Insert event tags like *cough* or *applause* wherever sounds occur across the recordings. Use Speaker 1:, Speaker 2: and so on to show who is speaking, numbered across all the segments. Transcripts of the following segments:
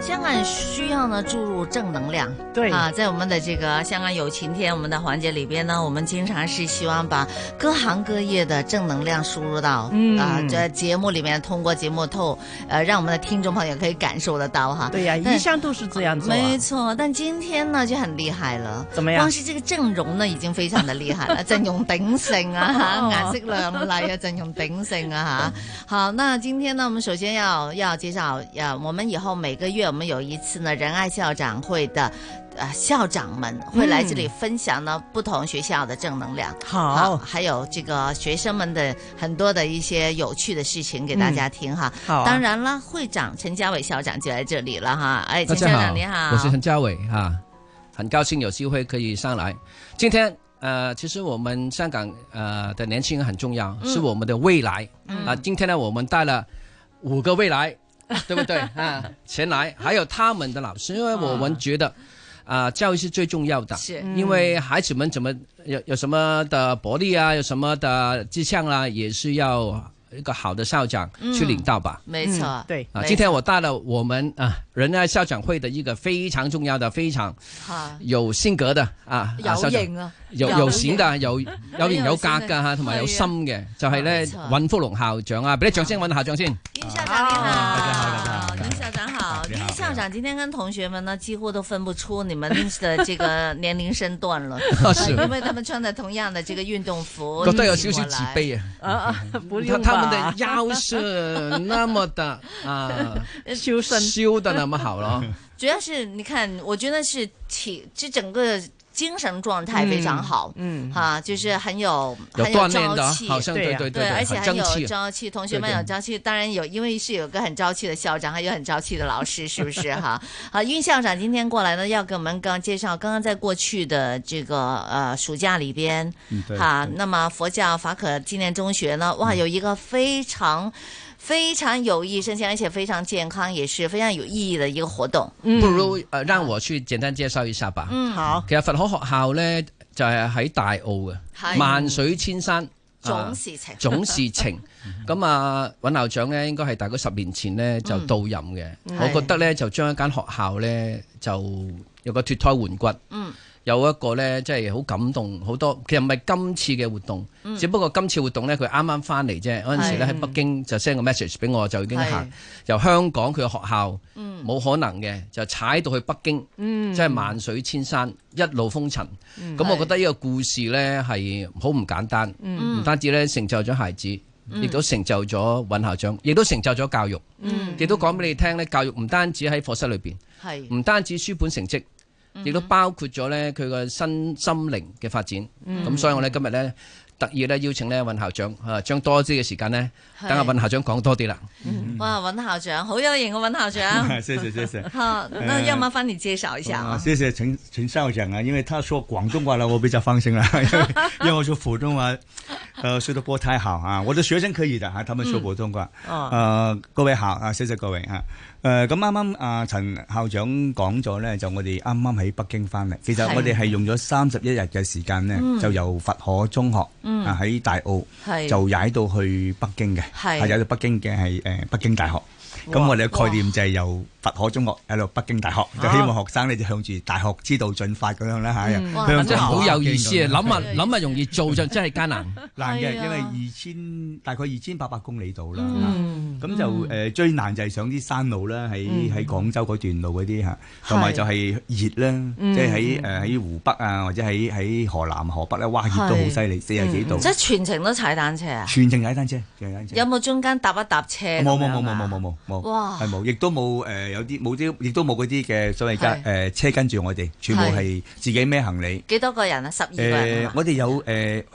Speaker 1: 香港需要呢注入正能量，
Speaker 2: 对
Speaker 1: 啊，在我们的这个香港有晴天我们的环节里边呢，我们经常是希望把各行各业的正能量输入到、
Speaker 2: 嗯
Speaker 1: 啊这节目里面，通过节目透呃让我们的听众朋友可以感受得到哈。
Speaker 2: 对呀、
Speaker 1: 但
Speaker 2: 一向都是这样做啊、
Speaker 1: 没错，但今天呢就很厉害了。
Speaker 2: 怎么样
Speaker 1: 光是这个阵容呢，已经非常的厉
Speaker 3: *laughs*
Speaker 1: 害了，阵容鼎盛啊，
Speaker 2: 哦
Speaker 1: 哈，颜色亮丽啊，阵容鼎盛啊，哈。好，那今天呢，我们首先要要介绍，呀，我们以后每个月我们有一次呢仁爱校长会的。呃，校长们会来这里分享呢、不同学校的正能量，
Speaker 3: 哦
Speaker 2: 好
Speaker 1: 还有这个学生们的很多的一些有趣的事情给大
Speaker 3: 嗯
Speaker 1: 家听哈。
Speaker 2: 好啊
Speaker 1: 当然啦，会长陈家伟校长就在这里了哈，哎，
Speaker 3: 大
Speaker 1: 陈校
Speaker 3: 家
Speaker 1: 长
Speaker 3: 好，
Speaker 1: 你好，
Speaker 3: 我是陈家伟啊，很高兴有机会可以上来。今天呃，其实我们香港呃的年轻人很重要，
Speaker 1: 嗯
Speaker 3: 是我们的未来、啊。今天呢，我们带了五个未来，对不对
Speaker 1: *laughs*
Speaker 3: 啊？前来，还有他们的老师，因为我们觉得。啊，教育是最重要的，
Speaker 1: 是
Speaker 3: 因为孩子们怎么有有什么的魄力啊，有什么的志向啦、也是要一个好的校长
Speaker 1: 嗯
Speaker 3: 去领导吧。
Speaker 1: 没
Speaker 2: 嗯
Speaker 1: 错，
Speaker 2: 对，
Speaker 3: 啊，
Speaker 1: 没
Speaker 3: 今天我带了我们啊仁爱校长会的一个非常重要的、非常
Speaker 1: 吓
Speaker 3: 有性格的啊，啊校
Speaker 1: 有
Speaker 3: 長
Speaker 1: 型啊，
Speaker 3: 有
Speaker 1: 有
Speaker 3: 有錢嘅，有有型有格
Speaker 1: 有型啊
Speaker 3: 㗎嚇，同埋有心嘅，就係咧
Speaker 1: 冇錯
Speaker 3: 尹福龍校長啊，俾啲掌聲尹校長先。
Speaker 1: 殷校长你好，
Speaker 4: 家
Speaker 2: 大
Speaker 4: 啊好大家好
Speaker 1: 殷校长好，
Speaker 4: 你
Speaker 1: 殷
Speaker 4: 好
Speaker 1: 校长今天跟同学们呢几乎都分不出你们的这个年龄身段
Speaker 4: *laughs*
Speaker 1: 了，
Speaker 3: 是
Speaker 1: 因為他們穿的同樣的這個運動服，
Speaker 3: 覺得有少少
Speaker 1: 一起
Speaker 3: 自
Speaker 1: 過來。
Speaker 3: 卑啊！
Speaker 2: 啊啊，不
Speaker 3: 他
Speaker 2: 用
Speaker 3: 他們
Speaker 2: 吧
Speaker 3: 的腰是那麼的啊，
Speaker 2: 修身
Speaker 3: 修得那麼
Speaker 1: *laughs*
Speaker 3: 好咯。
Speaker 1: 主要是你看，我觉得是体，这整个精神状态非常好，
Speaker 2: *laughs* 嗯，
Speaker 1: 哈，就是很有
Speaker 3: 有
Speaker 1: 很有
Speaker 3: 鍛鍊的
Speaker 1: 朝
Speaker 3: 啊，
Speaker 1: 气，
Speaker 3: 好像
Speaker 2: 对
Speaker 3: 對
Speaker 2: 啊
Speaker 3: 對
Speaker 1: 对，
Speaker 3: 對，
Speaker 1: 而且
Speaker 3: 很
Speaker 1: 很
Speaker 3: 爭
Speaker 1: 有
Speaker 3: 氣啊。
Speaker 1: 朝气，同学们
Speaker 3: 对对
Speaker 1: 有朝气。当然有，因为是有个很朝气的校长，还有很朝气的老师，是不是哈？ *laughs* 好，殷校长今天过来呢，要给我们刚介绍刚刚在过去的这个呃暑假里边，
Speaker 4: 嗯，对
Speaker 1: 哈，那么佛教法可纪念中学呢，哇，有一个非常。非常有益身心，而且非常健康，也是非常有意义的一个活动。
Speaker 3: 不如呃，讓我去簡單介紹一下吧。
Speaker 1: 嗯，
Speaker 2: 好，
Speaker 3: 其實佛學學校咧就係喺大澳嘅
Speaker 1: 係
Speaker 3: 萬水千山。啊
Speaker 1: 總事嗯情
Speaker 3: 總
Speaker 1: *laughs*
Speaker 3: 事情。咁啊，尹校長咧，應該係大概十年前
Speaker 1: 嗯
Speaker 3: 咧就到任嘅。我覺得咧就將一間學校咧就有個脱胎換骨。
Speaker 1: 嗯。
Speaker 3: 有一個咧，即係好感動，好多其實唔係今次嘅活動，只不過今次活動咧，佢啱啱翻嚟啫。嗰陣時咧
Speaker 1: 嗯係
Speaker 3: 喺北京就 send 個 message 俾我，就已經行由香港佢嘅學校，
Speaker 1: 嗯
Speaker 3: 冇可能嘅，就踩到去北京，即係萬水千山，一路風塵。咁我覺得呢個故事呢係好唔簡單，唔單止呢成就咗孩子，亦都成就咗尹校長，亦都成就咗教育，
Speaker 1: 嗯，
Speaker 3: 亦都講俾你聽呢教育唔單止喺課室裏邊，
Speaker 1: 係
Speaker 3: 唔單止書本成績，亦都包括咗呢佢個身心靈嘅發展。咁所以我呢今日呢特意呢邀請呢尹校長啊，將多啲嘅時間呢，等阿
Speaker 1: 係
Speaker 3: 尹校長講多啲啦。
Speaker 1: 哇，尹校長好有型啊，尹校
Speaker 5: *laughs*
Speaker 1: 長。
Speaker 5: *laughs* 谢谢谢谢。
Speaker 1: 好，那要麻煩你介紹一下
Speaker 5: 啊，
Speaker 1: 啊。
Speaker 5: 谢谢陈陈校长啊，因为他说广东话了，我比较放心了，因为因为我说普通话，呃，说的不太好啊。我的学生可以的啊，他们说普通话。
Speaker 2: 哦，
Speaker 5: 呃，各位好啊，謝謝各位啊。誒、咁啱啱啊，陳校長講咗咧，就我哋啱啱喺北京翻嚟，其實
Speaker 1: 係
Speaker 5: 我哋係用咗三十一日嘅時間咧，就由佛可中學、啊喺大澳
Speaker 1: 係
Speaker 5: 就踩到去北京嘅，
Speaker 1: 係
Speaker 5: 踩到北京嘅係誒北京大學。咁
Speaker 2: 哇
Speaker 5: 我哋嘅概念就係由佛可中學喺到北京大學，就希望學生咧就向住大學之道進發咁樣啦嚇，
Speaker 1: 哇
Speaker 5: 向住
Speaker 3: 真係好有意思啊！
Speaker 5: 北京咁樣
Speaker 3: 諗下諗下容易做就真係艱
Speaker 5: *laughs*
Speaker 3: 難。
Speaker 5: 難嘅，
Speaker 1: 係啊
Speaker 5: 因為二千大概二千八百公里度啦。
Speaker 2: 嗯，
Speaker 5: 咁就誒、呃最難就係上啲山路啦，喺喺廣州嗰段路嗰啲嚇，同埋就係熱啦，即係喺誒喺湖北啊，或者喺喺河南河北咧，哇熱到好犀利，四十幾度
Speaker 1: 即，係全程都踩單車啊？
Speaker 5: 全程踩單車，全程踩單車
Speaker 1: 有，冇中間搭一搭車咁樣
Speaker 5: 冇冇冇冇冇
Speaker 1: 啊？
Speaker 5: 冇冇冇冇，
Speaker 1: 哇
Speaker 5: 係冇，亦都冇誒有啲冇啲，亦都冇嗰啲嘅所謂嘅
Speaker 1: 係
Speaker 5: 誒車跟住我哋，全部
Speaker 1: 係
Speaker 5: 係自己孭行李。
Speaker 1: 幾多個人啊？十二個
Speaker 5: 誒、
Speaker 1: 人啊嘛
Speaker 5: 我哋有誒、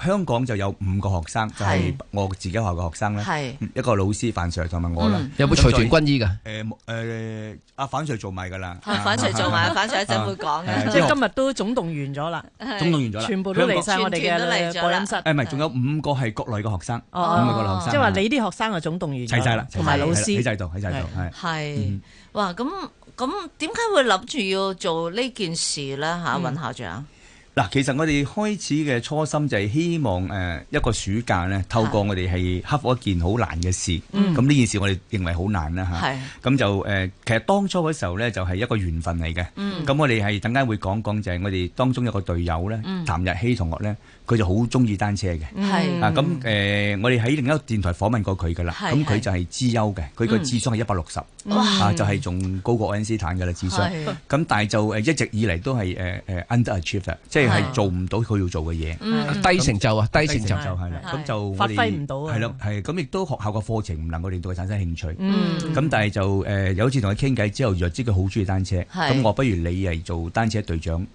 Speaker 5: 香港就有五個學生，就係、
Speaker 1: 係
Speaker 5: 我自己學校嘅學生啦，
Speaker 1: 係
Speaker 5: 一個老師范 Sir 同埋我啦。
Speaker 1: 嗯
Speaker 3: 有冇隨團軍醫㗎？
Speaker 5: 誒冇誒，阿范 Sir 做埋㗎啦，
Speaker 1: 係 *laughs* 反隨做
Speaker 5: À, *laughs*
Speaker 1: 埋，反隨一陣會
Speaker 5: 係
Speaker 1: 講嘅
Speaker 5: 啊。
Speaker 2: 即係今日都總動員咗啦，
Speaker 5: 總動員咗啦。
Speaker 2: 全部都嚟晒我哋
Speaker 1: 全團都嚟咗
Speaker 2: 嘅
Speaker 1: 啦
Speaker 2: 播音室。
Speaker 5: 誒唔係，仲有五個係國內嘅學生，
Speaker 2: 哦
Speaker 5: 五個國
Speaker 1: 嗯
Speaker 5: 內學生。
Speaker 2: 即係話你啲學生啊總動員咗
Speaker 5: 齊晒啦，
Speaker 2: 同埋老
Speaker 5: 喺
Speaker 2: 師。
Speaker 5: 晒度，喺晒度，係。
Speaker 1: 係
Speaker 5: 嗯
Speaker 1: 哇，咁咁點解會諗住要做呢件事咧？吓，
Speaker 2: 嗯
Speaker 1: 尹校長
Speaker 5: 嗱，其實我哋開始嘅初心就係希望誒、呃一個暑假咧，透過我哋係克服一件好難嘅事。
Speaker 1: 嗯
Speaker 5: 咁呢件事我哋認為好難啦嚇。
Speaker 1: 係
Speaker 5: 咁就誒、呃其實當初嗰時候咧，就係、一個緣分嚟嘅。
Speaker 1: 嗯
Speaker 5: 咁我哋係等間會講講，就係我哋當中有個隊友咧，
Speaker 1: 嗯
Speaker 5: 譚日希同學咧，佢就好中意單車嘅。
Speaker 2: 嗯
Speaker 1: 係
Speaker 5: 啊，咁誒、呃我哋喺另一個電台訪問過佢噶啦，
Speaker 1: 嗯係
Speaker 5: 咁
Speaker 1: 係
Speaker 5: 佢就係資優嘅，佢個
Speaker 1: 嗯
Speaker 5: 智商係一百六十，
Speaker 1: 哇
Speaker 5: 啊，就係仲高過愛因斯坦噶啦智商。
Speaker 1: 係
Speaker 5: 咁但係就誒一直以嚟都係呃誒誒 underachieve 嘅，啊即係係做唔到佢要做嘅嘢，
Speaker 1: 嗯
Speaker 3: 低成就啊，低成就
Speaker 5: 就。係啦。
Speaker 1: 係
Speaker 5: 咁就我哋
Speaker 2: 發揮唔到啊
Speaker 5: 係咯，係咁亦都學校嘅課程唔能夠令到佢產生興趣。
Speaker 1: 嗯
Speaker 5: 咁但係就誒有一次同佢傾偈之後，若知佢好中意單車，
Speaker 1: 係
Speaker 5: 咁我不如你係做單車隊長，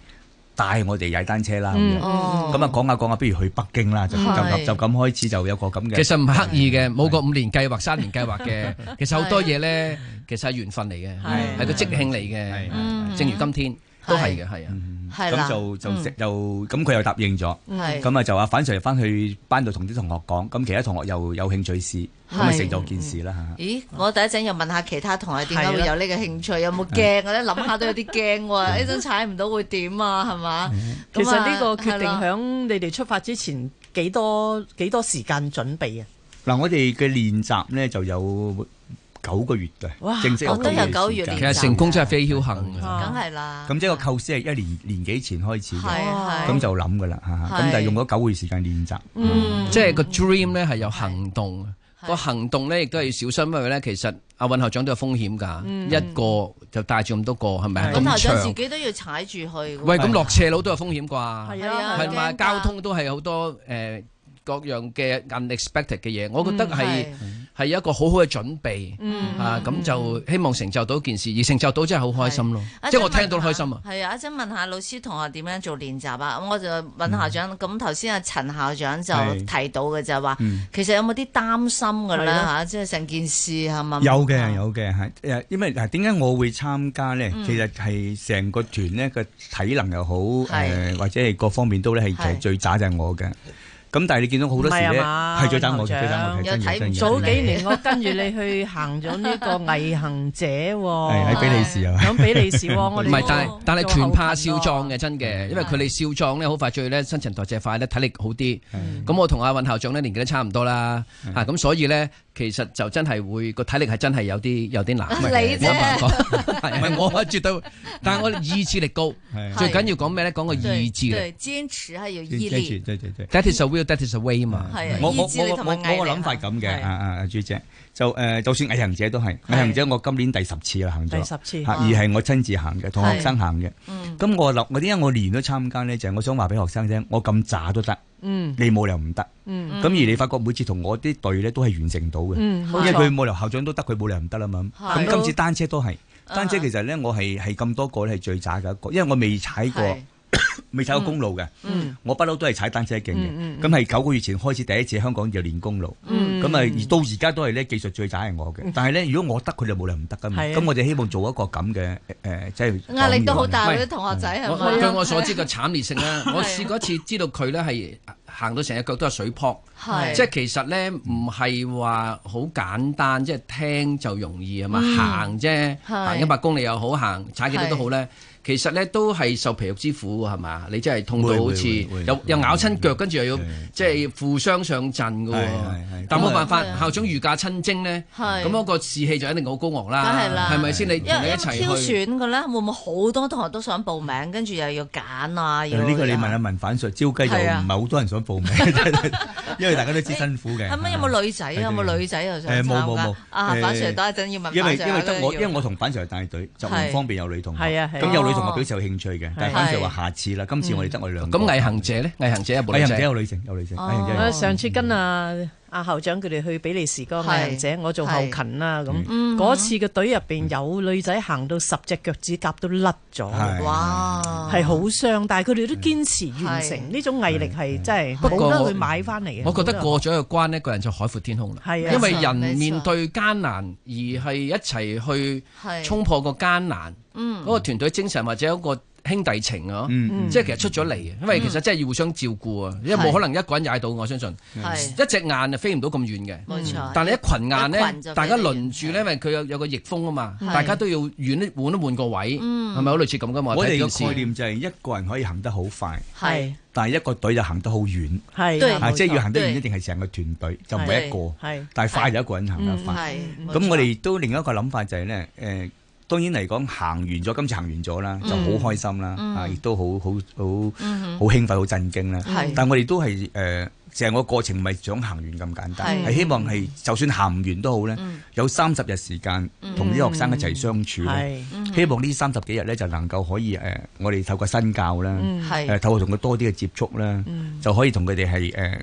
Speaker 5: 帶我哋踩單車啦咁
Speaker 2: 嗯
Speaker 5: 樣。
Speaker 1: 哦嗯
Speaker 5: 咁啊講下講下，不如去北京啦，就就
Speaker 1: 係
Speaker 5: 咁就咁開始就有個咁嘅。
Speaker 3: 其實唔係刻意嘅，冇個五年計劃、三年計劃嘅。其實好多嘢咧，其實係緣分嚟嘅，
Speaker 1: 係
Speaker 3: 係個即興嚟
Speaker 5: 係
Speaker 3: 嘅。
Speaker 1: 嗯
Speaker 3: 正如今天都係嘅，係啊。
Speaker 1: 係啦
Speaker 5: 咁就就
Speaker 1: 嗯
Speaker 5: 食又咁佢又答應咗，
Speaker 1: 係
Speaker 5: 咁啊就話反常翻去班度同啲同學講，咁其他同學又有興趣試，咁啊
Speaker 1: 係
Speaker 5: 成就件事啦嚇。
Speaker 1: 咦，我第一陣又問下其他同學點解會有呢個興趣，有冇驚？我咧諗下都有啲驚
Speaker 5: 嗯
Speaker 1: 喎，一陣踩唔到會點啊？係嘛？
Speaker 2: 其
Speaker 1: 咁
Speaker 2: 實
Speaker 1: 啊
Speaker 2: 呢個決定
Speaker 1: 係啦
Speaker 2: 響你哋出發之前幾多幾多時間準備啊？
Speaker 5: 嗱，我哋嘅練習咧就有九個月
Speaker 2: 哇
Speaker 5: 嘅，正式有
Speaker 1: 哦都有九月
Speaker 5: 時間
Speaker 1: 練
Speaker 3: 其實成功真係非僥幸
Speaker 2: 啊
Speaker 3: 嘅。
Speaker 1: 梗係啦。
Speaker 5: 咁即係個構思係一年年幾前開始嘅，
Speaker 1: 係係
Speaker 5: 咁就啊諗噶啦嚇，
Speaker 1: 係
Speaker 5: 咁就用咗九個月時間練習。
Speaker 1: 嗯
Speaker 3: 即係個 dream 咧係有行動，
Speaker 1: 係
Speaker 3: 個行動咧亦都係要小心，因為咧其實阿尹校長都有風險㗎，一個就帶住咁多個係咪啊
Speaker 1: 咁
Speaker 2: 係
Speaker 1: 校
Speaker 3: 咁
Speaker 1: 長自
Speaker 3: 長？
Speaker 1: 己都要踩住去喎。
Speaker 3: 喂，咁落
Speaker 1: 係
Speaker 3: 斜路都有風險啩？
Speaker 2: 係啊
Speaker 1: 啊，
Speaker 3: 係咪？
Speaker 1: 驚㗎
Speaker 3: 交通都係好多誒各樣嘅 unexpected 嘅嘢，我覺得係係一個好好嘅準備。
Speaker 2: 嗯
Speaker 3: 啊，咁就希望成就到件事，而成就到真係好開心咯，
Speaker 1: 嗯
Speaker 3: 即係我聽到都開心啊！！
Speaker 1: 係啊，一陣問下老師同學點樣做練習啊？我就問
Speaker 3: 嗯
Speaker 1: 校長，咁頭先阿陳校長就
Speaker 5: 係
Speaker 1: 提到嘅就話，
Speaker 5: 嗯
Speaker 1: 其實有冇啲擔心㗎
Speaker 2: 係
Speaker 1: 啦
Speaker 2: 咯
Speaker 1: 嚇？即係成件事係啊咪？
Speaker 5: 有嘅有嘅係誒，因為嗱點解我會參加咧？其實係成個團咧個體能又好
Speaker 1: 係
Speaker 5: 誒，或者係各方面都咧係其
Speaker 1: 係
Speaker 5: 實最渣就係我嘅。咁但係你見到好多時
Speaker 2: 唔係
Speaker 5: 咧
Speaker 2: 啊嘛
Speaker 5: 係最渣我
Speaker 2: 校
Speaker 5: 嘅，最渣我嘅，
Speaker 1: 又
Speaker 5: 真嘅
Speaker 1: 睇唔
Speaker 5: 真嘅。
Speaker 2: 早幾
Speaker 1: 嗯
Speaker 2: 年我跟住你去行咗呢個毅行者
Speaker 5: 係喺，
Speaker 2: 喎
Speaker 5: 比利時啊，
Speaker 2: 響比利時喎，嗯我
Speaker 3: 唔
Speaker 2: 哋
Speaker 3: 係，
Speaker 1: 做
Speaker 3: 但係但係團怕少壯
Speaker 2: 嘅。
Speaker 3: 嘅，真嘅，因為佢哋少壯咧，好快最咧新陳代謝快咧，體力好啲。
Speaker 5: 嗯
Speaker 3: 咁我同阿尹校長咧年紀都差唔多啦，啊咁所以咧其實就真係會個體力係真係有啲有啲難。
Speaker 1: 唔係你啫
Speaker 3: 冇辦法係唔係我啊絕對，但係我哋意志力高，
Speaker 5: 係
Speaker 3: 最緊要講咩咧？講個
Speaker 1: 對
Speaker 3: 意志力。
Speaker 1: 嗯對，堅持還有毅
Speaker 5: 對
Speaker 1: 力，
Speaker 5: 對對對。
Speaker 3: That is a will, that is a way 嘛。
Speaker 1: 係啊
Speaker 5: 我
Speaker 1: 意
Speaker 5: 我
Speaker 1: 志力
Speaker 5: 我
Speaker 1: 同
Speaker 5: 我
Speaker 1: 埋
Speaker 5: 我
Speaker 1: 毅力
Speaker 5: 個諗法咁嘅，
Speaker 1: 係
Speaker 5: 啊啊啊，朱姐就誒，就算毅行者都係毅行者，我今年第十次啦行咗，
Speaker 2: 第十次
Speaker 5: 嚇而係我親自行嘅，同學生行嘅。
Speaker 1: 嗯，
Speaker 5: 咁我諗，我點解我年年都參加呢？就係我想話俾學生聽，我咁渣都得，
Speaker 2: 嗯
Speaker 5: 你冇理由唔得。
Speaker 2: 嗯
Speaker 5: 咁而你發覺每次同我啲隊呢都係完成到嘅，因
Speaker 2: 嗯，冇
Speaker 5: 為佢
Speaker 2: 錯。
Speaker 5: 冇理由校長都得，佢冇理由唔得啦嘛。咁
Speaker 1: 係
Speaker 2: 咯
Speaker 5: 今次單車都係單車，其實呢，我係係咁多個呢係最渣嘅一個，因為我未踩過
Speaker 1: 係，
Speaker 5: 未踩過公路嘅，
Speaker 2: 嗯
Speaker 5: 我不嬲都係踩單車徑
Speaker 2: 嗯嗯
Speaker 5: 嘅。咁係九個月前開始第一次香港就練公路。
Speaker 2: ừ.
Speaker 1: 嗯
Speaker 5: 咁啊，而到而家都係咧技術最渣係我嘅，但係咧如果我得佢就冇理由唔得噶嘛。
Speaker 2: 係啊
Speaker 5: 咁我哋希望做一個咁嘅誒，即係
Speaker 1: 壓力都好大
Speaker 3: 唔
Speaker 1: 嗰
Speaker 3: 係
Speaker 1: 啲同學仔哎係
Speaker 3: 我
Speaker 1: 嘛？
Speaker 3: 據我所知個慘烈性啦，我
Speaker 1: *laughs* 係啊
Speaker 3: 試過一次知道佢咧係行到成隻腳都係水泡。
Speaker 1: 係
Speaker 3: 即係其實咧，唔係話好簡單，即係聽就容易啊嘛，行啫，
Speaker 1: 嗯係
Speaker 3: 行一百公里又好，行踩幾多都好咧。其實咧都係受皮肉之苦係嘛？你真係痛到
Speaker 5: 會
Speaker 3: 好似
Speaker 5: 會會
Speaker 3: 又
Speaker 5: 會
Speaker 3: 又咬親腳，跟住又要
Speaker 5: 係
Speaker 3: 即係負傷上陣嘅
Speaker 5: 係
Speaker 3: 喎
Speaker 5: 係係。
Speaker 3: 但冇辦法
Speaker 1: 咁啊，
Speaker 3: 校長御駕親征咧，
Speaker 1: 係
Speaker 3: 咁嗰個士氣就一定好高昂
Speaker 1: 梗係啦
Speaker 3: 啦，係咪先？你同
Speaker 1: 因
Speaker 3: 你
Speaker 1: 為
Speaker 3: 一
Speaker 1: 因為
Speaker 3: 齊
Speaker 1: 挑
Speaker 3: 去。
Speaker 1: 選嘅咧，會唔會好多同學都想報名，跟住又要揀啊？要
Speaker 5: 呢個你問一問反術，招雞就
Speaker 1: 係啊
Speaker 5: 唔係好多人想報名，因為大家都知辛苦嘅。
Speaker 1: 係咪有冇女仔啊？有冇女仔又想
Speaker 5: 誒冇
Speaker 1: 參
Speaker 5: 冇
Speaker 1: 加
Speaker 5: 冇
Speaker 1: 啊？
Speaker 5: 誒
Speaker 1: 反 Sir 多一陣要問
Speaker 5: 因為
Speaker 1: 反 Sir
Speaker 5: 因為得我，因
Speaker 1: 啦
Speaker 5: 為我同反 Sir 係帶隊，就唔方便有女同學。
Speaker 2: 係啊係啊
Speaker 5: 咁有女同學表示有興趣嘅，但係反 Sir 話下次啦，今次我哋得我哋兩個。
Speaker 3: 咁毅行者咧，毅行者有冇
Speaker 5: 毅行
Speaker 3: 女
Speaker 5: 者
Speaker 3: 仔？
Speaker 2: Ờ,
Speaker 5: 有女性，有女性。
Speaker 1: 哦
Speaker 5: 毅行者有女性
Speaker 2: 啊上次跟啊阿校長佢哋去比利時嗰個毅行者，我做後勤啦咁。
Speaker 1: 嗯
Speaker 2: 嗰次嘅隊入邊有女仔行到十隻腳趾甲都甩咗，
Speaker 5: 係
Speaker 1: 哇，
Speaker 2: 係好傷，但係佢哋都堅持完成，
Speaker 1: 係
Speaker 2: 呢種毅力係真係
Speaker 3: 不過
Speaker 2: 冇
Speaker 3: 我
Speaker 2: 得去買翻嚟嘅。
Speaker 3: 我覺得
Speaker 2: 冇
Speaker 3: 過咗一個關呢個人就海闊天空啦。
Speaker 2: 係啊
Speaker 3: 因為
Speaker 1: 冇錯
Speaker 3: 人
Speaker 1: 冇錯
Speaker 3: 面對艱難而係一齊去
Speaker 1: 係嗯
Speaker 3: 衝破個艱難，嗰個團隊精神或者一個兄弟情啊，
Speaker 5: 嗯
Speaker 3: 即係其實出咗嚟嘅。因為其實真係要互相照顧啊，因為冇可能一個人踩到，我相信
Speaker 1: 係
Speaker 3: 一隻雁就飛唔到咁遠嘅。
Speaker 1: 冇錯，
Speaker 3: 但係一群雁
Speaker 1: 一群就
Speaker 3: 呢，
Speaker 1: 飛得
Speaker 3: 大家輪住
Speaker 1: 遠
Speaker 3: 呢，因為佢有有個逆風啊嘛，
Speaker 1: 係嗯
Speaker 3: 大家都要遠一換一換個位，係咪好類似咁噶嘛？
Speaker 5: 我哋
Speaker 3: 睇電視
Speaker 5: 嘅概念就係一個人可以行得好快，
Speaker 1: 係
Speaker 5: 但係一個隊就行得好遠，
Speaker 2: 係
Speaker 1: 對
Speaker 5: 啊，即係要行得
Speaker 1: 對
Speaker 5: 遠一定係成個團隊，就唔係
Speaker 1: 對
Speaker 5: 一個。
Speaker 2: 係
Speaker 5: 但係快就一個人行得快。
Speaker 1: 嗯係冇
Speaker 5: 咁我
Speaker 1: 錯
Speaker 5: 哋都另一個諗法就係咧，誒當然嚟講行完咗，今次行完咗啦，
Speaker 1: 嗯
Speaker 5: 就好開心啦，啊，亦都好好好好興奮、好震驚啦。
Speaker 1: 係
Speaker 5: 但我哋都係誒成個過程唔係想行完咁簡單，
Speaker 1: 係嗯
Speaker 5: 係希望係就算行唔完都好咧，有三十日時間同啲學生一齊相處咧，
Speaker 2: 係
Speaker 1: 嗯
Speaker 5: 希望呢三十幾日咧就能夠可以誒，我哋透過身教啦，
Speaker 1: 嗯
Speaker 5: 誒
Speaker 1: 係
Speaker 5: 透過同佢多啲嘅接觸啦，就可以同佢哋係誒。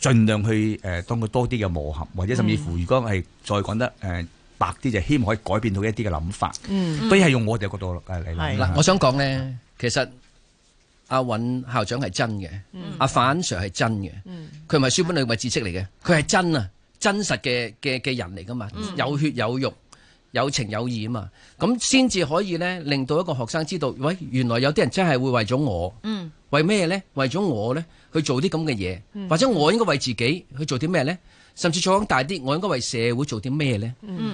Speaker 5: 盡量去誒，當佢多啲嘅磨合，或者甚至乎，如果係再講得誒白啲，就希望可以改變到一啲嘅諗法。
Speaker 2: 嗯
Speaker 5: 都係用我哋嘅角度誒嚟
Speaker 2: 係
Speaker 5: 諗
Speaker 3: 嗱
Speaker 5: 啦，。
Speaker 3: 我想講呢，其實阿尹校長係真嘅，阿反 Sir 係真嘅，佢唔係書本裏嘅知識嚟嘅，佢係真啊，真實嘅嘅嘅人嚟噶嘛，有血有肉。有情有義啊嘛，咁先至可以呢，令到一個學生知道，喂，原來有啲人真係會為咗我，
Speaker 1: 嗯
Speaker 3: 為咩呢？為咗我呢，去做啲咁嘅嘢，或者我應該為自己去做啲咩呢？甚至再講大啲，我應該為社會做啲咩呢？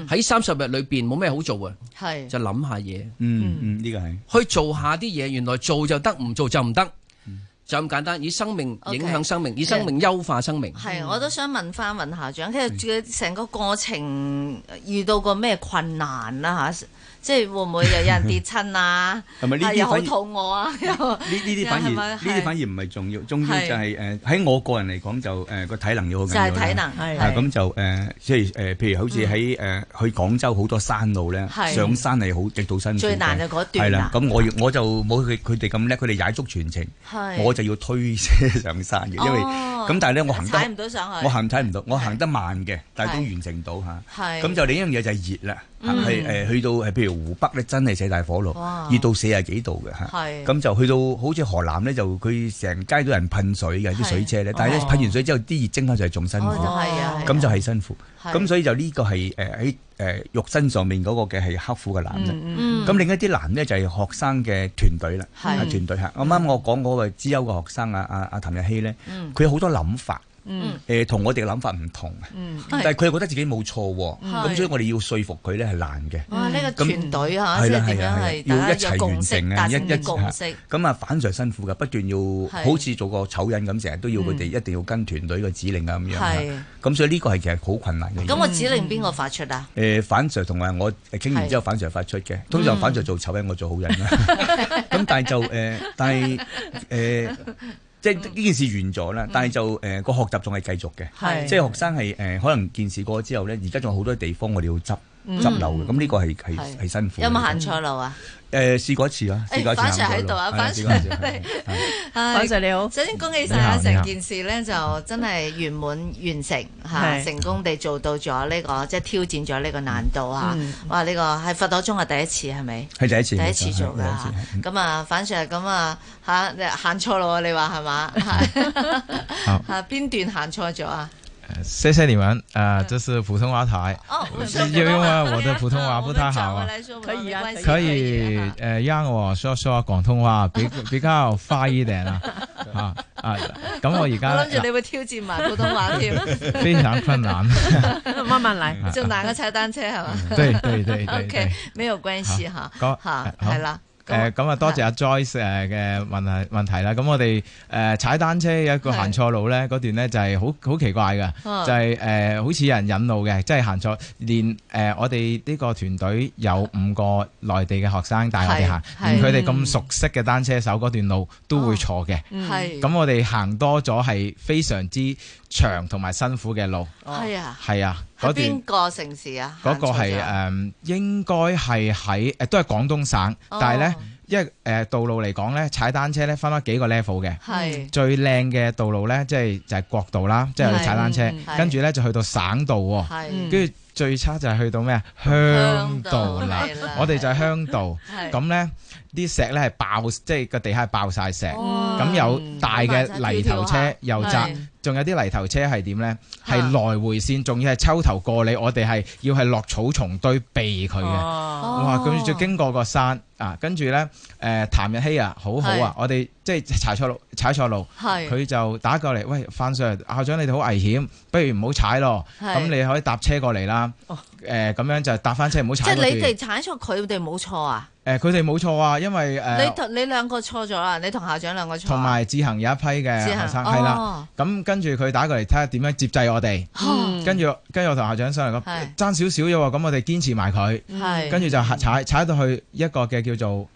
Speaker 3: 喺三十日裏邊冇咩好做啊，
Speaker 1: 係
Speaker 3: 就諗下嘢。
Speaker 5: 嗯嗯，呢個係
Speaker 3: 去做下啲嘢，原來做就得，唔做就唔得，就咁簡單。以生命
Speaker 1: OK
Speaker 3: 影響生命，以生命優化生命。
Speaker 1: 係，我都想問翻尹校長，其
Speaker 5: 嗯
Speaker 1: 實佢成個過程遇到過咩困難啦嚇？即係會唔會又有人跌親啊？
Speaker 5: 係 *laughs* 咪呢
Speaker 1: 啊
Speaker 5: 啲
Speaker 1: 又好
Speaker 5: 反而
Speaker 1: 肚餓啊？又
Speaker 5: 呢呢啲反而
Speaker 1: 係咪
Speaker 5: 呢
Speaker 1: 係
Speaker 5: 啲反而唔係重要，重要就係誒喺我個人嚟講就誒個體能要好
Speaker 1: 就
Speaker 5: 緊要
Speaker 1: 係
Speaker 5: 啦
Speaker 1: 體能
Speaker 2: 係
Speaker 5: 啊
Speaker 1: 係嗯
Speaker 5: 咁就誒即係誒譬如好似喺誒去廣州好多山路咧，
Speaker 1: 係
Speaker 5: 上山係好極度辛苦嘅
Speaker 1: 最難就嗰
Speaker 5: 係
Speaker 1: 段
Speaker 5: 啦
Speaker 1: 啦，。
Speaker 5: 咁我要我就冇佢佢哋咁叻，佢哋踩足全程，
Speaker 1: 係
Speaker 5: 我就要推車上山嘅，因為
Speaker 1: 哦
Speaker 5: 咁但係咧我行
Speaker 1: 踩唔
Speaker 5: 得
Speaker 1: 到上去，
Speaker 5: 我行睇唔到，我行得慢嘅，但係都完成到嚇。
Speaker 1: 係
Speaker 5: 咁就另一樣嘢就係熱啦，嚇
Speaker 1: 嗯
Speaker 5: 係呃誒去到誒譬如湖北咧，真係四大火
Speaker 1: 哇
Speaker 5: 爐，熱到四十幾度嘅嚇。
Speaker 1: 係
Speaker 5: 咁就去到好似河南咧，就佢成街都有人噴水嘅
Speaker 1: 係
Speaker 5: 啲水車咧，但係咧
Speaker 2: 哦
Speaker 5: 噴完水之後，啲熱蒸翻上嚟仲辛苦
Speaker 1: 哦，就，係啊，
Speaker 5: 咁就係辛苦。
Speaker 1: 係
Speaker 5: 咁所以就呢個係誒喺誒肉身上面嗰個嘅係刻苦嘅難
Speaker 2: Ừ,
Speaker 5: 啦。
Speaker 1: 嗯
Speaker 5: 咁另一啲難呢，就係學生嘅團隊啦，
Speaker 1: 係嗯
Speaker 5: 啊團隊嚇。啱啱我講嗰個資優嘅學生啊啊啊譚日曦咧，
Speaker 1: 嗯
Speaker 5: 佢有好多諗法，
Speaker 2: ừ,
Speaker 5: 誒同我哋嘅諗法唔同，但係佢又覺得自己冇錯喎，
Speaker 1: 嗯係
Speaker 5: 咁所以我哋要說服佢咧係難嘅。
Speaker 1: 哇！呢個
Speaker 5: 咁
Speaker 1: 團隊嚇，即
Speaker 5: 係啦啊
Speaker 1: 係點
Speaker 5: 係啦係
Speaker 1: 樣
Speaker 5: 啦
Speaker 1: 係
Speaker 5: 要
Speaker 1: 大
Speaker 5: 一
Speaker 1: 家
Speaker 5: 齊
Speaker 1: 有共
Speaker 5: 完
Speaker 1: 識，
Speaker 5: 成啊
Speaker 1: 達
Speaker 5: 一
Speaker 1: 成
Speaker 5: 一
Speaker 1: 啲共識，
Speaker 5: 咁啊，反常辛苦㗎，不斷要
Speaker 1: 係嗯
Speaker 5: 好似做個醜人咁，成日都要佢哋一定要跟團隊嘅指令啊咁樣
Speaker 1: 係。
Speaker 5: 咁所以呢個係其實好困難嘅嘢。
Speaker 1: 咁我指令邊個發出啊？
Speaker 5: 誒、反常同埋我傾完之後反常發出嘅，通常反常做醜人，我做好人啦。咁但係就誒、但係誒、即係呢件事完咗啦，但係就誒個、學習仲係繼續嘅。
Speaker 1: 係
Speaker 5: 即係學生係誒、可能件事過咗之後咧，而家仲有好多地方我哋要執執漏嘅，咁呢個係係
Speaker 1: 係
Speaker 5: 嗯係辛苦嘅。
Speaker 1: 有冇行錯路啊？
Speaker 5: 誒試過一次啦，
Speaker 1: 誒
Speaker 5: 試過一次
Speaker 1: 反
Speaker 5: 行
Speaker 1: 常喺
Speaker 5: 咗
Speaker 1: 度啊
Speaker 5: 路
Speaker 1: 反
Speaker 5: 係試過一次係係
Speaker 1: 係
Speaker 2: 反
Speaker 1: *laughs*
Speaker 2: 正你好，
Speaker 1: 首先恭喜晒
Speaker 5: 你
Speaker 1: 啊！
Speaker 5: 好你
Speaker 1: 成
Speaker 5: 好
Speaker 1: 件事咧就真係圓滿完成嚇，
Speaker 2: 係
Speaker 1: 成功地做到咗呢個，即係挑戰咗呢個難度嚇
Speaker 2: 嗯。
Speaker 1: 哇！呢個係佛島中係第一次係咪？
Speaker 5: 係第
Speaker 6: 啊
Speaker 5: 一次，
Speaker 1: 第一次做
Speaker 5: 係
Speaker 1: 㗎嚇，
Speaker 6: 嗯
Speaker 1: 咁啊，反正係咁啊嚇，你行錯路啊！你話係嘛？
Speaker 6: *laughs* 好
Speaker 1: 嚇邊段行錯咗啊？
Speaker 6: 呃谢谢你们，
Speaker 1: 嗯
Speaker 6: 呃，这是普通话台， *laughs*
Speaker 1: 哦，我
Speaker 6: 是
Speaker 1: 说
Speaker 6: 因为
Speaker 1: 普通话
Speaker 6: 我的普通
Speaker 1: *laughs*
Speaker 6: 话不太好啊，
Speaker 2: 可以啊
Speaker 6: 可
Speaker 1: 可
Speaker 6: 以
Speaker 1: 啊哎
Speaker 6: 呃让我说说广
Speaker 1: *laughs*
Speaker 6: 东话，比比较快一点啊，啊啊，咁我而
Speaker 1: 我
Speaker 6: 家
Speaker 1: 諗住你會挑戰埋普通話
Speaker 6: *laughs*
Speaker 1: 添，
Speaker 6: 呃非常
Speaker 1: *laughs*
Speaker 6: 困难，
Speaker 2: 慢慢嚟。
Speaker 1: 仲難過踩單車係嘛
Speaker 6: 对对对
Speaker 1: *laughs*
Speaker 6: 对
Speaker 1: ？OK，
Speaker 6: 对，
Speaker 1: 沒有關係嚇，
Speaker 6: 嗯好
Speaker 1: 嚇
Speaker 6: 好
Speaker 1: 係啦。
Speaker 6: 诶，咁啊多謝阿 Joyce 诶嘅問題問題啦，咁我哋诶踩單車有一個
Speaker 1: 係
Speaker 6: 行錯路咧，嗰段咧就係好好奇怪嘅，
Speaker 1: 嗯
Speaker 6: 就係诶好似有人引路嘅，即係行錯，連诶我哋呢個團隊有五個內地嘅學生帶我哋行，
Speaker 1: 係係
Speaker 6: 連佢哋咁熟悉嘅單車手嗰段路都
Speaker 1: 啊
Speaker 6: 會錯嘅，
Speaker 1: 嗯係
Speaker 6: 咁我哋行多咗係非常之長同埋辛苦嘅路，
Speaker 1: 係啊，
Speaker 6: 係啊，嗰
Speaker 1: 喺
Speaker 6: 段
Speaker 1: 邊。個城市啊？
Speaker 6: 嗰個
Speaker 1: 行錯
Speaker 6: 係
Speaker 1: 咗
Speaker 6: 誒應該係喺誒都係廣東省，
Speaker 1: 哦
Speaker 6: 但係咧因為誒、呃道路嚟講咧，踩單車咧分開幾個 level 嘅。
Speaker 1: 係
Speaker 6: 最靚嘅道路咧，即係就係國道啦，即係去踩單車
Speaker 2: 嗯
Speaker 1: 係，
Speaker 6: 跟住咧就去到省道喎，
Speaker 1: 係嗯
Speaker 2: 嗯
Speaker 6: 跟住最差就係去到咩啊鄉道啦
Speaker 1: 係。
Speaker 6: 我哋就係鄉道，
Speaker 1: 係
Speaker 6: 咁咧啲石咧係爆，即係個地下係爆晒石，
Speaker 2: 哦
Speaker 1: 哇
Speaker 6: 咁
Speaker 2: Ừ.
Speaker 6: 有大嘅泥頭車又窄，
Speaker 1: 係
Speaker 6: 仲有啲泥頭車係點咧？
Speaker 1: 嚇
Speaker 6: 係來回線，仲要係抽頭過你，我哋係要係落草叢堆避佢嘅。
Speaker 2: 哦
Speaker 6: 哇！咁就經過個山啊，跟住咧，誒、譚日希啊，好好
Speaker 1: 係
Speaker 6: 啊，我哋即係踩錯路，踩錯路，
Speaker 1: 係
Speaker 6: 佢就打過嚟，喂，范 Sir，校長你哋好危險，不如唔好踩咯，
Speaker 1: 係
Speaker 6: 咁你可以搭車過嚟啦，誒、
Speaker 2: 哦
Speaker 6: 咁樣就搭翻車，唔好
Speaker 1: 即係
Speaker 6: 踩嗰
Speaker 1: 你
Speaker 6: 段。
Speaker 1: 哋踩錯，佢哋冇錯啊！
Speaker 6: 誒，佢哋冇錯啊，因為誒，
Speaker 1: 你同你兩個錯咗啊！你同校長兩個錯啊，
Speaker 6: 同埋自行有一批嘅
Speaker 1: 之後
Speaker 6: 學生係啦，
Speaker 1: 哦
Speaker 6: 咁跟住佢打過嚟睇下點樣接濟我哋，
Speaker 2: 嗯 Ừ.
Speaker 6: 跟住跟住我同校長商量過，
Speaker 1: 嗯係
Speaker 6: 爭少少啫喎，咁我哋堅持埋佢。
Speaker 2: 嗯
Speaker 1: 係
Speaker 6: 跟住就踩踩到去一個嘅叫做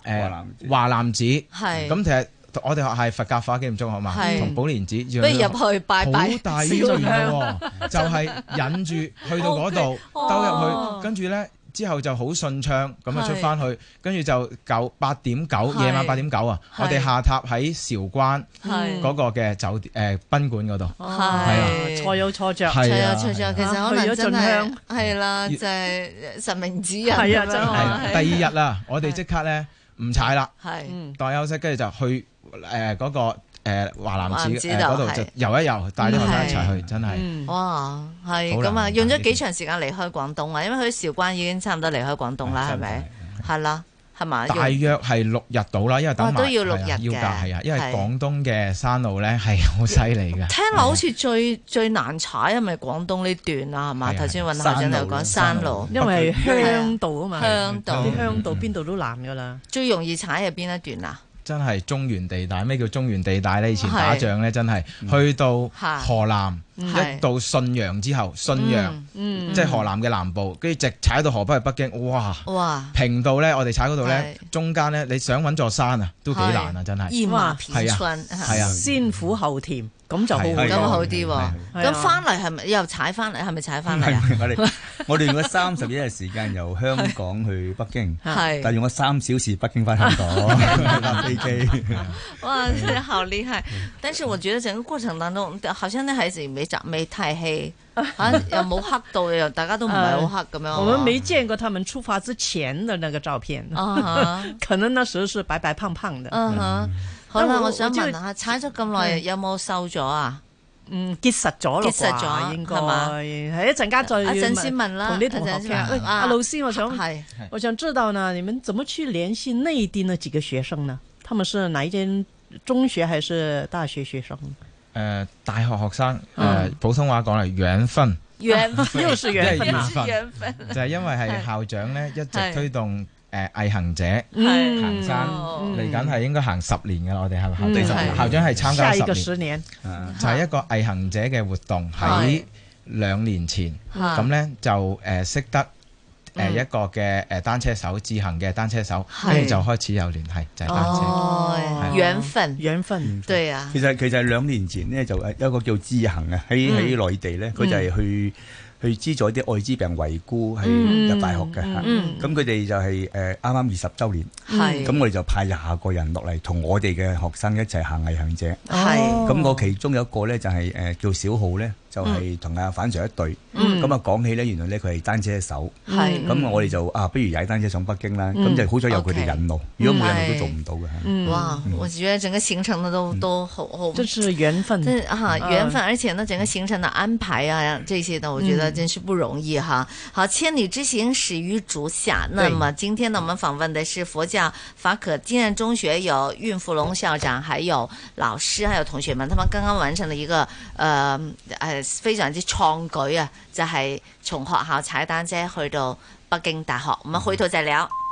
Speaker 5: 華
Speaker 6: 誒
Speaker 5: 南寺
Speaker 6: 華南寺，
Speaker 1: 係
Speaker 6: 咁其實我哋學校係佛教化幾嚴重好嘛
Speaker 1: 係，
Speaker 6: 同寶蓮寺
Speaker 1: 不如入去拜拜
Speaker 6: 好大冤
Speaker 1: 燒
Speaker 6: 怨嘅喎，就係忍住去到嗰度
Speaker 1: OK，
Speaker 6: 兜入
Speaker 1: 哦
Speaker 6: 去，跟住咧。之後就好順暢咁啊
Speaker 1: 係
Speaker 6: 出翻去，跟住就九八點九
Speaker 1: 係
Speaker 6: 夜晚八點九啊，
Speaker 1: 係嗯
Speaker 6: 我哋下榻喺韶關
Speaker 1: 係
Speaker 2: 嗯
Speaker 6: 嗰個嘅酒店誒賓館嗰度，
Speaker 2: 哦
Speaker 1: 係
Speaker 2: 錯有錯着，
Speaker 6: 係
Speaker 1: 係啊，
Speaker 6: 啊
Speaker 1: 錯咗，
Speaker 6: 係
Speaker 1: 其實可
Speaker 2: 去
Speaker 1: 能
Speaker 2: 咗
Speaker 1: 真
Speaker 2: 盡
Speaker 1: 係
Speaker 2: 香
Speaker 1: 係啦，就係神明指引
Speaker 2: 係啊
Speaker 1: 咁樣
Speaker 2: 真係
Speaker 1: 啊
Speaker 6: 係第二日啦，我哋即刻咧唔踩啦。
Speaker 1: 係
Speaker 2: 嗯
Speaker 6: 當休息，跟住就去誒嗰個誒華
Speaker 1: 華南
Speaker 6: 南
Speaker 1: 寺
Speaker 6: 寺
Speaker 1: 度
Speaker 6: 誒嗰度
Speaker 1: 係
Speaker 6: 就遊一遊，帶啲學生一齊去，真係
Speaker 2: 嗯
Speaker 1: 哇，係
Speaker 6: 好
Speaker 1: 咁啊，
Speaker 6: 難
Speaker 1: 用咗幾長時間離開廣東啊？因為佢韶關已經差唔多離開廣東啦，係咪？係啦，係嘛？
Speaker 6: 大
Speaker 1: 用
Speaker 6: 約係六日到啦，因為等埋
Speaker 1: 哦都要六日
Speaker 6: 係啊要
Speaker 1: 嘅
Speaker 6: 㗎係啊，因為
Speaker 1: 係
Speaker 6: 廣東嘅山路咧係好犀利㗎。
Speaker 1: 聽落好似最最難踩係咪廣東呢段啊？係嘛？
Speaker 6: 係啊
Speaker 1: 頭先尹校長有講山
Speaker 5: 山
Speaker 1: 路
Speaker 5: 路
Speaker 2: 因為香道啊嘛，
Speaker 1: 香道
Speaker 2: 啲香道邊度都難噶啦，
Speaker 1: 最容易踩係邊一段啊？
Speaker 6: 真係中原地帶，咩叫中原地帶呢？以前
Speaker 1: 係
Speaker 6: 打仗咧，真係去到
Speaker 1: 嗯嚇嗯
Speaker 6: 河南，
Speaker 1: 係
Speaker 6: 一到信陽之後，信陽
Speaker 2: 嗯
Speaker 6: 即係河南嘅南部，跟住直踩到河北去北京，哇！
Speaker 1: 哇，
Speaker 6: 平到咧，我哋踩嗰度咧
Speaker 1: 係，
Speaker 6: 中間咧，你想揾座山啊，都幾
Speaker 1: 係
Speaker 6: 難啊，真係。
Speaker 1: 燕麻片
Speaker 6: 係啊
Speaker 1: 春
Speaker 6: 係啊
Speaker 2: 先苦後甜，咁就好
Speaker 6: 係
Speaker 1: 咁
Speaker 5: 係啊
Speaker 1: 好啲喎。
Speaker 2: 係啊
Speaker 1: 咁翻嚟係咪又踩翻嚟？係咪踩翻嚟啊？
Speaker 5: 我哋我哋用咗三十一日時間由香港去北京，但
Speaker 1: 係
Speaker 5: 用咗三小時北京翻香
Speaker 1: *laughs*
Speaker 5: 港搭飛機。
Speaker 1: 哇，真係好厲害！但是我覺得整個過程當中，好像啲孩子沒長沒太黑，啊又冇黑到，又大家都唔係好黑咁樣。
Speaker 2: *laughs* 我们没见过他们出发之前的那个照片，
Speaker 1: 啊哈
Speaker 2: 可能那时候是白白胖胖的，
Speaker 1: 啊哈。好啦，
Speaker 2: 但我
Speaker 1: 我嗯想問
Speaker 2: 我知
Speaker 1: 下，踩咗咁耐
Speaker 2: 係
Speaker 1: 有冇瘦咗啊？
Speaker 2: 嗯，結實咗咯，
Speaker 1: 結實咗
Speaker 2: 應該
Speaker 1: 係嘛
Speaker 2: 係一陣間再
Speaker 1: 一陣先問啦
Speaker 2: 同啲同學
Speaker 1: 一陣
Speaker 2: 傾
Speaker 1: 先
Speaker 2: 下。
Speaker 1: 問
Speaker 2: 喂，
Speaker 1: 啊
Speaker 2: 阿老師，我想
Speaker 1: 係
Speaker 2: 我想知道呢，你們怎麼去聯繫內地那幾個學生呢？他們是哪一間中學還是大學學生？
Speaker 6: 誒、呃大學學生誒、呃
Speaker 2: 嗯
Speaker 6: 普通話講嚟養分，
Speaker 1: 緣
Speaker 2: *laughs*
Speaker 1: *laughs*
Speaker 2: 又是緣分啊！
Speaker 6: 即係
Speaker 1: 緣分
Speaker 6: 就係因為係校長咧一
Speaker 1: 係
Speaker 6: 直推動誒毅行者
Speaker 1: 係
Speaker 6: 行山，
Speaker 1: 哦
Speaker 6: 嚟緊係應該行十年㗎啦，我哋係咪？校
Speaker 2: 嗯
Speaker 6: 隊
Speaker 1: 係
Speaker 6: 校長係
Speaker 2: 下
Speaker 6: 參加
Speaker 2: 一個
Speaker 6: 十
Speaker 2: 十年，
Speaker 5: 啊
Speaker 6: 年，就係一個毅行者嘅活動
Speaker 1: 係啊
Speaker 6: 喺兩年前，
Speaker 1: 嚇
Speaker 6: 咁咧就誒、識得。誒
Speaker 1: 嗯
Speaker 6: 一個嘅誒單車手自行嘅單車手，
Speaker 1: 係
Speaker 6: 跟住就開始有聯繫，就係單車。
Speaker 1: 哦，
Speaker 2: 係
Speaker 1: 緣分，
Speaker 2: 緣分，
Speaker 1: 對啊，
Speaker 5: 其實其實兩年前呢，就呃有一個叫知行啊，喺
Speaker 2: 嗯
Speaker 5: 喺內地咧，佢就係去去資助啲愛滋病遺孤係
Speaker 2: 嗯
Speaker 5: 入大學嘅嚇。
Speaker 1: 嗯
Speaker 5: 咁佢哋就係呃誒啱啱二十週年，
Speaker 1: 係
Speaker 5: 咁我哋就派廿個人落嚟同我哋嘅學生一齊行毅行者。
Speaker 1: 係
Speaker 5: 咁
Speaker 2: 哦
Speaker 5: 我其中有一個咧就係誒叫小浩咧，就係同阿反 Sir 一隊。
Speaker 1: 嗯
Speaker 5: 咁啊講起咧，原來咧佢係單車手。
Speaker 1: 係
Speaker 5: 咁我哋就啊，不如踩單車上北京啦。
Speaker 2: 嗯
Speaker 5: 咁就好彩有佢哋引路，如果冇引路都做唔到嘅嚇。
Speaker 2: 嗯，
Speaker 1: 哇，我覺得整個行程呢都都好好
Speaker 2: 这是缘分，
Speaker 1: 这哈缘分，而且呢，整个行程的安排啊，这些呢，我觉得真是不容易哈。好，千里之行，始于足下。那么今天呢，我们访问的是佛教法可纪念中学有孕妇龙校长，还有老师，还有同学们，他们刚刚完成了一个呃呃非常之创举啊，就系、从学校踩单车去到北京大学。我们回头再聊。